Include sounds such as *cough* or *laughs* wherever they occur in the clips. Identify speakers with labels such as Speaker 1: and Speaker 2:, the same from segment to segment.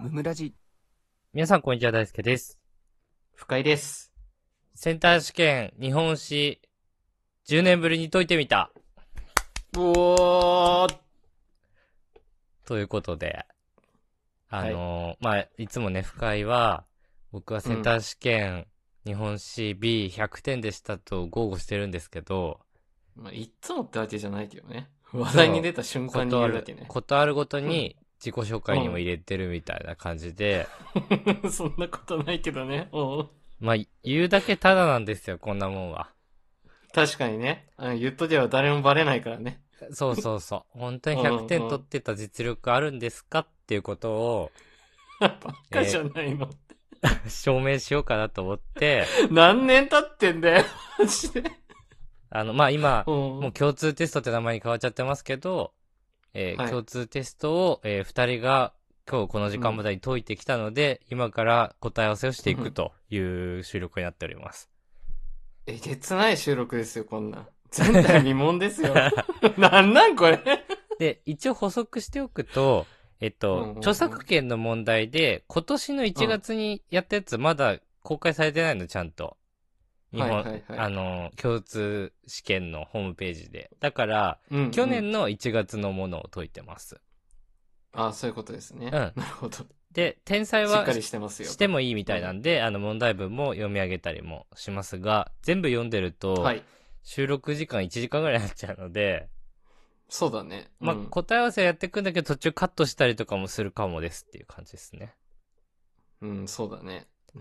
Speaker 1: ムムラジ
Speaker 2: 皆さん、こんにちは。大輔です。
Speaker 3: 深井です。
Speaker 2: センター試験、日本史、10年ぶりに解いてみた。
Speaker 3: おー
Speaker 2: ということで、あのーまあ、いつもね、深井は、僕はセンター試験、日本史 B100 点でしたと豪語してるんですけど、
Speaker 3: まあ、いっつもってわけじゃないけどね。話題に出た瞬間に
Speaker 2: こと
Speaker 3: 言
Speaker 2: あ
Speaker 3: うだけ
Speaker 2: る *laughs*
Speaker 3: ね、。
Speaker 2: ことあるごとに自己紹介にも入れてるみたいな感じで、
Speaker 3: そんなことないけど *laughs* ね。うん
Speaker 2: まあ、言うだけただなんですよ、こんなもんは。
Speaker 3: 確かにね。あの言っとけば誰もバレないからね。 *laughs*
Speaker 2: そうそうそう。本当に
Speaker 3: うんう
Speaker 2: 100
Speaker 3: ん
Speaker 2: 点取ってた実力あるんですかっていうことを
Speaker 3: バカじゃないの。
Speaker 2: 証明しようかなと思って、 *laughs*
Speaker 3: 何年経ってんだよ。マジで。
Speaker 2: あの、まあ、今、
Speaker 3: うん
Speaker 2: もう共通テストって名前に変わっちゃってますけど、えー
Speaker 3: はい
Speaker 2: 共通テストを、えー二人が今日この時間までに解いてきたので、今から答え合わせをしていくという収録になっております。
Speaker 3: えげつない収録ですよ、こんなん。前代未聞ですよ。 *laughs* なんなんこれ。
Speaker 2: で、一応補足しておくと、えっ
Speaker 3: うんうん
Speaker 2: と
Speaker 3: う、ん
Speaker 2: 著作権の問題で、今年の1月にやったやつ、まだ公開されてないの、ちゃんと。日本、
Speaker 3: はいはいはい
Speaker 2: あの、共通試験のホームページで。だから、
Speaker 3: うん
Speaker 2: 去
Speaker 3: うん
Speaker 2: 年の1月のものを解いてます。
Speaker 3: あ、そういうことですね。
Speaker 2: ん
Speaker 3: なるほど。し
Speaker 2: で、天才
Speaker 3: っ
Speaker 2: は
Speaker 3: かりしてますよ。
Speaker 2: してもいいみたいなんで、あの、問題文も読み上げたりもしますが、全部読んでると、
Speaker 3: はい。
Speaker 2: 収録時間1時間ぐらいになっちゃうので、
Speaker 3: そうだね。
Speaker 2: まあ、
Speaker 3: うん
Speaker 2: 答え合わせやっていくんだけど、途中カットしたりとかもするかもですっていう感じですね。
Speaker 3: うん、そうだね。 *laughs*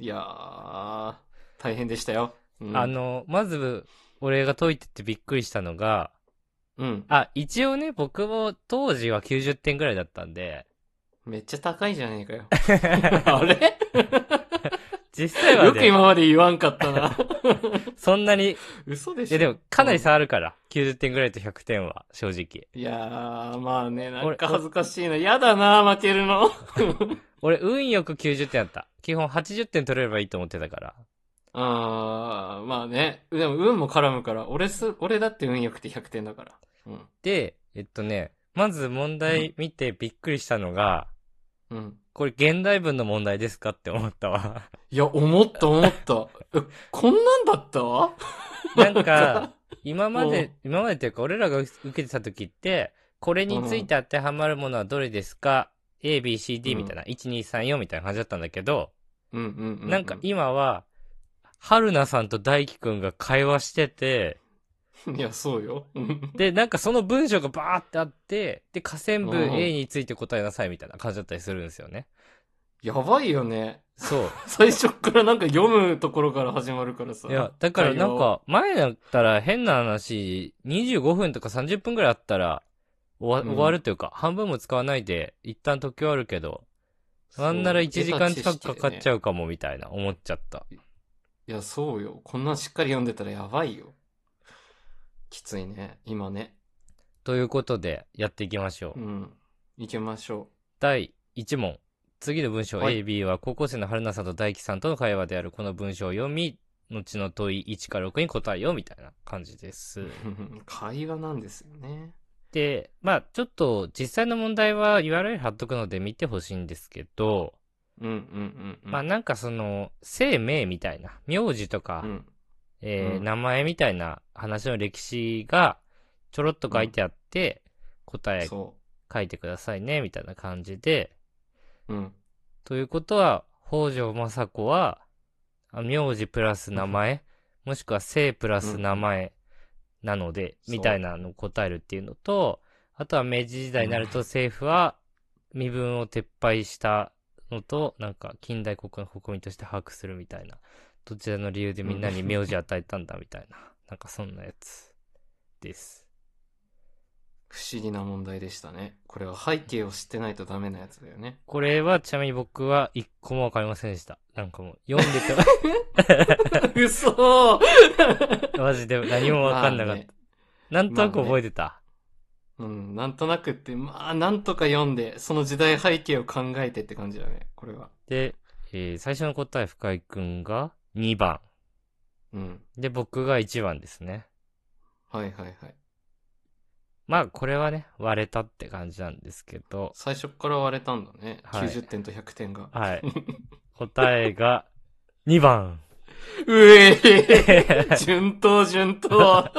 Speaker 3: いやー、大変でしたよ。うん、
Speaker 2: あ、の、まず、俺が解いててびっくりしたのが、
Speaker 3: うん。
Speaker 2: あ、一応ね、僕も当時は90点ぐらいだったんで、
Speaker 3: めっちゃ高いじゃねえ
Speaker 2: *laughs*
Speaker 3: かよ。 *laughs* あれ
Speaker 2: 実際
Speaker 3: *laughs*
Speaker 2: は
Speaker 3: よく
Speaker 2: ね、
Speaker 3: 今まで言わんかったな。 *laughs*
Speaker 2: そんなに、い
Speaker 3: 嘘でしょ。
Speaker 2: やでもかなり差あるから、90点ぐらいと100点は、正直。
Speaker 3: うん。いやー、まあね、なん
Speaker 2: 俺
Speaker 3: か恥ずかしいな。やだな、負けるの。 *laughs*
Speaker 2: 俺、運よく90点だった。基本80点取れればいいと思ってたから。
Speaker 3: あー、まあね。でも運も絡むから、俺す、俺だって運良くて100点だから。うん。
Speaker 2: で、えっとね、まず問題見てびっくりしたのが、
Speaker 3: うん。
Speaker 2: これ現代文の問題ですかって思ったわ。
Speaker 3: いや、思った思
Speaker 2: *laughs*
Speaker 3: った。え、こんなんだった
Speaker 2: なん
Speaker 3: *laughs*
Speaker 2: か、今ま
Speaker 3: う
Speaker 2: で
Speaker 3: ん、
Speaker 2: 今までというか、俺らが受けてた時って、これについて当てはまるものはどれですか ?A, B, C, D みたいな、1、2、3、4みたいな感じだったんだけど、
Speaker 3: うんうんうん、うん。
Speaker 2: なんか今は、春菜さんと大輝くんが会話してて、
Speaker 3: いや、そうよ。うん
Speaker 2: で、なんかその文章がバーってあって、で、河川部
Speaker 3: うん
Speaker 2: A について答えなさいみたいな感じだったりするんですよね。
Speaker 3: やばいよね。 *laughs*
Speaker 2: そう。
Speaker 3: 最初っからなんか読むところから始まるからさ。
Speaker 2: いや、だからなんか、前だったら変な話、25分とか30分ぐらいあったら、終わ
Speaker 3: うん
Speaker 2: 終わるというか、半分も使わないで、一旦時はあるけど、
Speaker 3: 対応、
Speaker 2: なんなら1時間近くかかっちゃ
Speaker 3: う。
Speaker 2: うかもみたいな思っちゃった。
Speaker 3: いや、そうよ。こんなんしっかり読んでたらやばいよ。きついね。今ね。
Speaker 2: ということで、やっていきましょう
Speaker 3: う。ん。行きましょ
Speaker 2: 第1問。次の文章
Speaker 3: はい
Speaker 2: A、B は高校生の春菜さんと大輝さんとの会話であるこの文章を読み、後の問い1から6に答えようみたいな感じです
Speaker 3: う。。 *laughs* 会話なんですよね。
Speaker 2: で、まあちょっと実際の問題は URL 貼っとくので見てほしいんですけど、
Speaker 3: うんうんうん。
Speaker 2: まあ
Speaker 3: うん、
Speaker 2: なんかその、生命みたいな、名字とか、
Speaker 3: うん。
Speaker 2: えー
Speaker 3: うん
Speaker 2: 名前みたいな話の歴史がちょろっと書いてあって、答え
Speaker 3: そ
Speaker 2: 書いてくださいね、みたいな感じで、
Speaker 3: う。うん。
Speaker 2: ということは、北条政子は、あ名字プラス名前、もしくは姓プラス名前なので、
Speaker 3: そう
Speaker 2: みたいなのを答えるっていうのと、あとは明治時代になると政府は身分を撤廃したのと、なんか近代国の国民として把握するみたいな、どちらの理由でみんなに名字与えたんだみたいな、なんかそんなやつです。
Speaker 3: 不思議な問題でしたね。これは背景を知ってないとダメなやつだよ
Speaker 2: *laughs*
Speaker 3: ね。
Speaker 2: これはちなみに僕は一個もわかりませんでした。なんかもう読んでて
Speaker 3: 嘘
Speaker 2: マジで何もわかんなかった。なんとなく覚えてた。
Speaker 3: うん、なんとなくって、まあ、なんとか読んで、その時代背景を考えてって感じだね、これは。
Speaker 2: で、えー最初の答え、深井くんが2番。
Speaker 3: うん。
Speaker 2: で、僕が1番ですね。
Speaker 3: はいはいはい。
Speaker 2: まあ、これはね、割れたって感じなんですけど、
Speaker 3: 最初から割れたんだね。
Speaker 2: はい
Speaker 3: 90点と100点が。
Speaker 2: はい。答えが2番。
Speaker 3: うえ
Speaker 2: *laughs*
Speaker 3: ー順当、順当。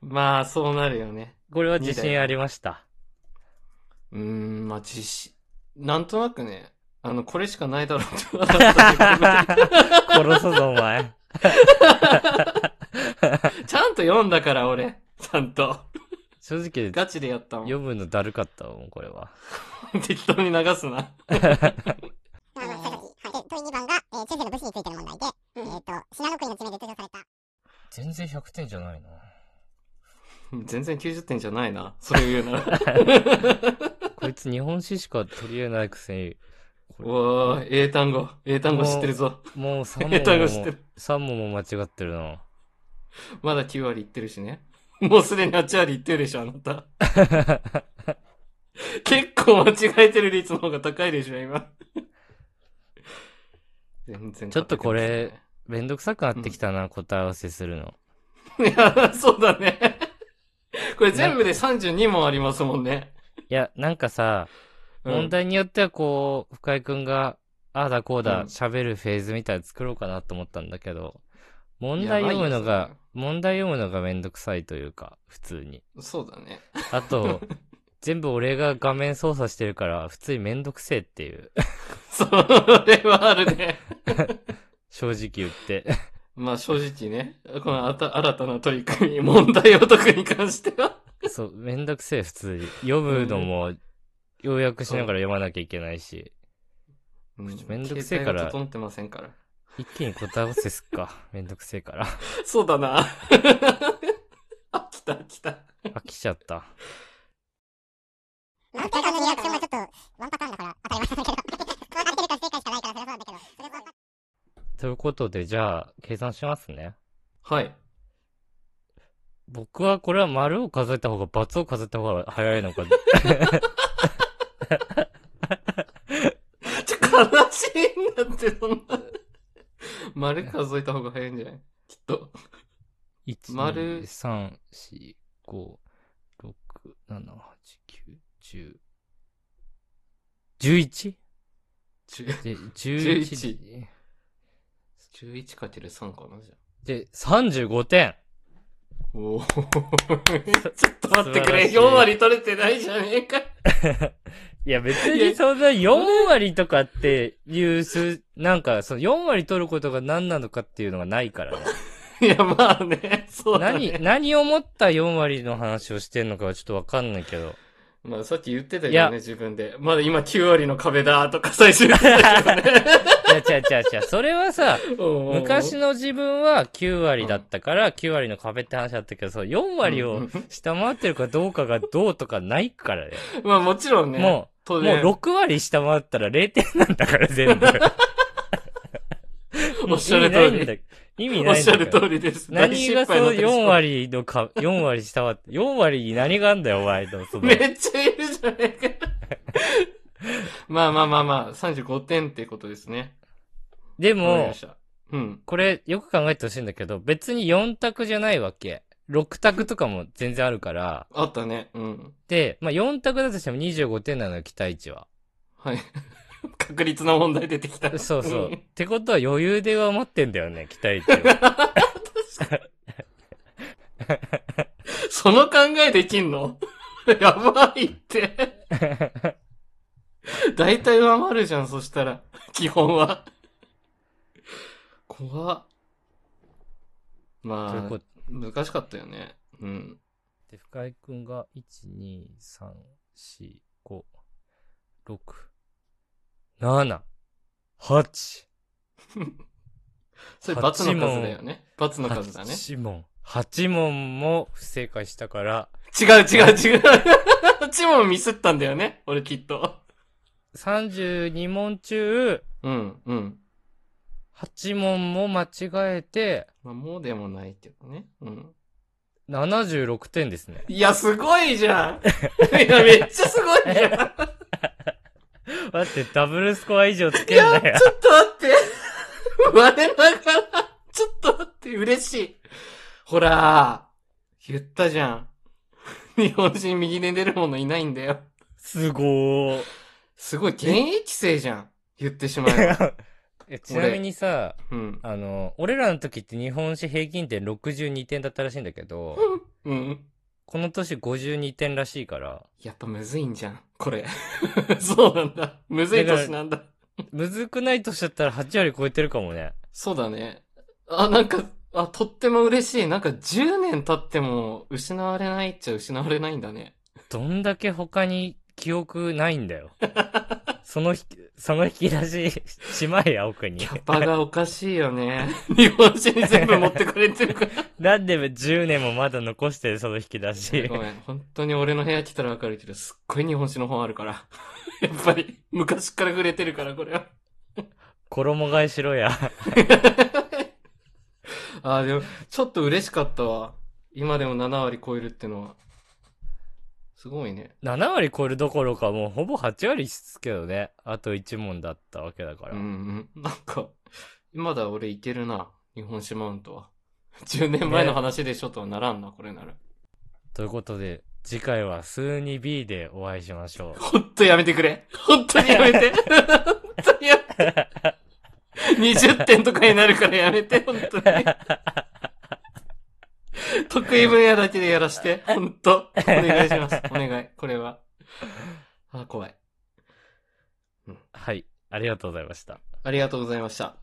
Speaker 3: まあ、そうなるよね。
Speaker 2: これは自信ありました。
Speaker 3: うーん、まあ、実施、なんとなくね、あの、これしかないだろうと分かったけど
Speaker 2: 殺すぞ、お前。 *laughs*
Speaker 3: ちゃんと読んだから、俺。ちゃんと。
Speaker 2: 正直、
Speaker 3: ガチでやったもん。
Speaker 2: 読むのだるかったもん、これは。
Speaker 3: 適当に流すな。
Speaker 1: まあまあ、そういうことですはい。で、問い2番が、えー、先生の武士についての問題で、えっ、と、信濃国の地名で提唱された。
Speaker 2: 全然100点じゃないな。
Speaker 3: 全然90点じゃないな。それを言う
Speaker 2: *laughs*
Speaker 3: なら。
Speaker 2: こいつ日本史しか取り得ないくせに、
Speaker 3: おー、英単語。英単語知ってるぞ。
Speaker 2: もう
Speaker 3: 下
Speaker 2: 3
Speaker 3: 手が
Speaker 2: 問
Speaker 3: 知って
Speaker 2: も
Speaker 3: る、
Speaker 2: 三問も間違ってるな。
Speaker 3: まだ9割いってるしね。もうすでに8割いってるでしょ、あな
Speaker 2: *laughs*
Speaker 3: た。結構間違えてる率の方が高いでしょ、今。全然、
Speaker 2: ちょっとこれ。めんどくさくなってきたな、答え合わせするの。
Speaker 3: いや、 *laughs* そうだね。これ全部で32問ありますもんね。
Speaker 2: いや、なんかさ、
Speaker 3: うん
Speaker 2: 問題によってはこう、深井くんが、ああだこう
Speaker 3: う
Speaker 2: だ、
Speaker 3: ん
Speaker 2: 喋、るフェーズみたいなの作ろうかなと思ったんだけど、問
Speaker 3: やばい
Speaker 2: 題
Speaker 3: よ
Speaker 2: 読むの
Speaker 3: そ
Speaker 2: が
Speaker 3: れ、
Speaker 2: 問題読むのがめんどくさいというか、普通に。
Speaker 3: そうだね。 *laughs*
Speaker 2: あと、全部俺が画面操作してるから、普通にめんどくせえっていう、
Speaker 3: それはあるね。 *laughs*
Speaker 2: 正直言って。
Speaker 3: まあ正直ね、このあた新たな取り組み、問題を解くに関しては。
Speaker 2: そう、めんどくせえ、普通に。読むのも、要約しながら読まなきゃいけないし、
Speaker 3: う
Speaker 2: めんどくせえから
Speaker 3: 携帯は整ってませんから。
Speaker 2: 一気に答え合わせすっか。 *laughs* めんどくせえから。
Speaker 3: *laughs* そうだな。あ、来た来た。
Speaker 2: 飽きちゃった。
Speaker 1: まあ、二人ともリアクションがちょっと、ワンパターンだから当たり前なん *laughs* だけど。こうなってるから正解しかないから、それはそうなんだけど。それは
Speaker 2: ということで、じゃあ、計算しますね。
Speaker 3: はい。
Speaker 2: 僕はこれは丸を数えた方が、×を数えた方が早いのか。
Speaker 3: ちょ、悲しいんだって、そんな。丸数えた方が早いんじゃないきっと。
Speaker 2: 1、
Speaker 3: 丸
Speaker 2: 2、3、4、5、6、7、8、9、10、
Speaker 3: ちゅ
Speaker 2: 11?11 で、
Speaker 3: 11×3 かな、じゃ
Speaker 2: で、35点
Speaker 3: あ。お *laughs* お。ちょっと待ってくれ。
Speaker 2: 素晴らしい
Speaker 3: 4割取れてないじゃねえか。
Speaker 2: いや別にそんな4割とかっていう数、なんかその4割取ることが何なのかっていうのがないからね。
Speaker 3: いや、まあね。そうだね。
Speaker 2: 何、何をもった4割の話をしてんのかはちょっとわかんないけど。
Speaker 3: まあさっき言ってた
Speaker 2: いや
Speaker 3: よね、自分で。まだ今9割の壁だとか最初言ってたけどね。
Speaker 2: いや違う違う違う。それはさ、
Speaker 3: *laughs* おうおう
Speaker 2: 昔の自分は9割だったから9割の壁って話だったけど、そう4割
Speaker 3: う
Speaker 2: を
Speaker 3: ん
Speaker 2: 下回ってるかどうかがどうとかないからね。
Speaker 3: *laughs* まあもちろんね。
Speaker 2: も
Speaker 3: 当
Speaker 2: う、もう
Speaker 3: 然
Speaker 2: 6割下回ったら0点なんだから全部。
Speaker 3: *laughs* おっしゃる通り。
Speaker 2: 意味
Speaker 3: お
Speaker 2: な
Speaker 3: っ
Speaker 2: いん
Speaker 3: し
Speaker 2: だ
Speaker 3: ゃ
Speaker 2: から。
Speaker 3: る通りです。大
Speaker 2: 何
Speaker 3: 失
Speaker 2: がそ
Speaker 3: 敗の
Speaker 2: の
Speaker 3: テスト
Speaker 2: 4。割のか、4割下回って、4割 *laughs* に何があんだよ、お前の。その
Speaker 3: *laughs* めっちゃいるじゃねえか。 *laughs* まあまあまあまあ、35点ってことですね。
Speaker 2: で
Speaker 3: わかり
Speaker 2: も
Speaker 3: まし、た。うん。
Speaker 2: これよく考えてほしいんだけど、別に4択じゃないわけ。6択とかも全然あるから。
Speaker 3: あったね。うん。
Speaker 2: で、まあ、4択だとしても25点なのよ、期待値は。
Speaker 3: はい。 *laughs* 確率の問題出てきた。
Speaker 2: そうそうう。っ
Speaker 3: ん
Speaker 2: てことは余裕で上回ってんだよね、期待値
Speaker 3: *laughs*
Speaker 2: は。
Speaker 3: その考えできんの *laughs* やばいって。 *laughs* 大体上回るじゃん、そしたら。基本は。怖っ。
Speaker 2: という
Speaker 3: ま
Speaker 2: こ
Speaker 3: あ
Speaker 2: と、
Speaker 3: 難しかったよね。うん。
Speaker 2: で、深井くんが、1、2、3、4、5、6、7、8、
Speaker 3: それ罰の数だよね。罰の数だね。
Speaker 2: 8問。8問も不正解したから、
Speaker 3: 違う違う違う。 *laughs* チもミスったんだよね。俺きっと。
Speaker 2: 32問中、
Speaker 3: うん、うん。
Speaker 2: 8問も間違えて、
Speaker 3: まあ、もうでもないけどね。うん。
Speaker 2: 76点ですね。
Speaker 3: いや、すごいじゃん *laughs* いや、めっちゃすごい *laughs* じゃん
Speaker 2: 待って、ダブルスコア以上つ
Speaker 3: い
Speaker 2: けん
Speaker 3: や、
Speaker 2: な
Speaker 3: ちょ
Speaker 2: よ。
Speaker 3: っと待って。我ながら、ちょっと待って、嬉しい。ほら言ったじゃん。日本人右で出る者いないんだよ。
Speaker 2: すご
Speaker 3: *laughs*
Speaker 2: ー。
Speaker 3: すごい、現役生じゃん。言ってしまえ *laughs* ば。
Speaker 2: えちなみにさ、
Speaker 3: うん。
Speaker 2: あの、俺らの時って日本史平均点62点だったらしいんだけど、
Speaker 3: *laughs* うん。
Speaker 2: この年52点らしいから、
Speaker 3: やっぱむずいんじゃん、これ。 *laughs* そうなんだ。むずい年なんだ。
Speaker 2: むずくない年だったら8割超えてるかもね。
Speaker 3: そうだね。あ、なんか、あ、とっても嬉しい。なんか10年経っても失われないっちゃ失われないんだね。
Speaker 2: どんだけ他に記憶ないんだよ。 *laughs* その引き、その引き出し、 *laughs* しまえや、奥に
Speaker 3: キ。ャパがおかしいよね。 *laughs* 日本史に全部持ってくれてるから。
Speaker 2: なんで10年もまだ残してる、その引き出し
Speaker 3: ご。めん。本当に俺の部屋来たらわかるけど、すっごい日本史の本あるから。 *laughs* やっぱり、昔から触れてるから、これは。
Speaker 2: 衣替えしろや。
Speaker 3: ああ、でも、ちょっと嬉しかったわ。今でも7割超えるってのは。すごいね。
Speaker 2: 7割超えるどころか、もうほぼ8割っすけどね。あと1問だったわけだから。
Speaker 3: うんうん。なんか、まだ俺いけるな。日本史マウントは。10年前の話でしょとはならんな、これなら。
Speaker 2: ということで、次回は数 2B でお会いしましょ
Speaker 3: *laughs*
Speaker 2: う。
Speaker 3: ほんとやめてくれ。ほんとにやめ *laughs* て。ほんとにやめて。20点とかになるからやめて、 *laughs* ほんとに。得意分野だけでやらして。ほんと。お願いします。お願い。これは。あ、怖い。
Speaker 2: はい。ありがとうございました。
Speaker 3: ありがとうございました。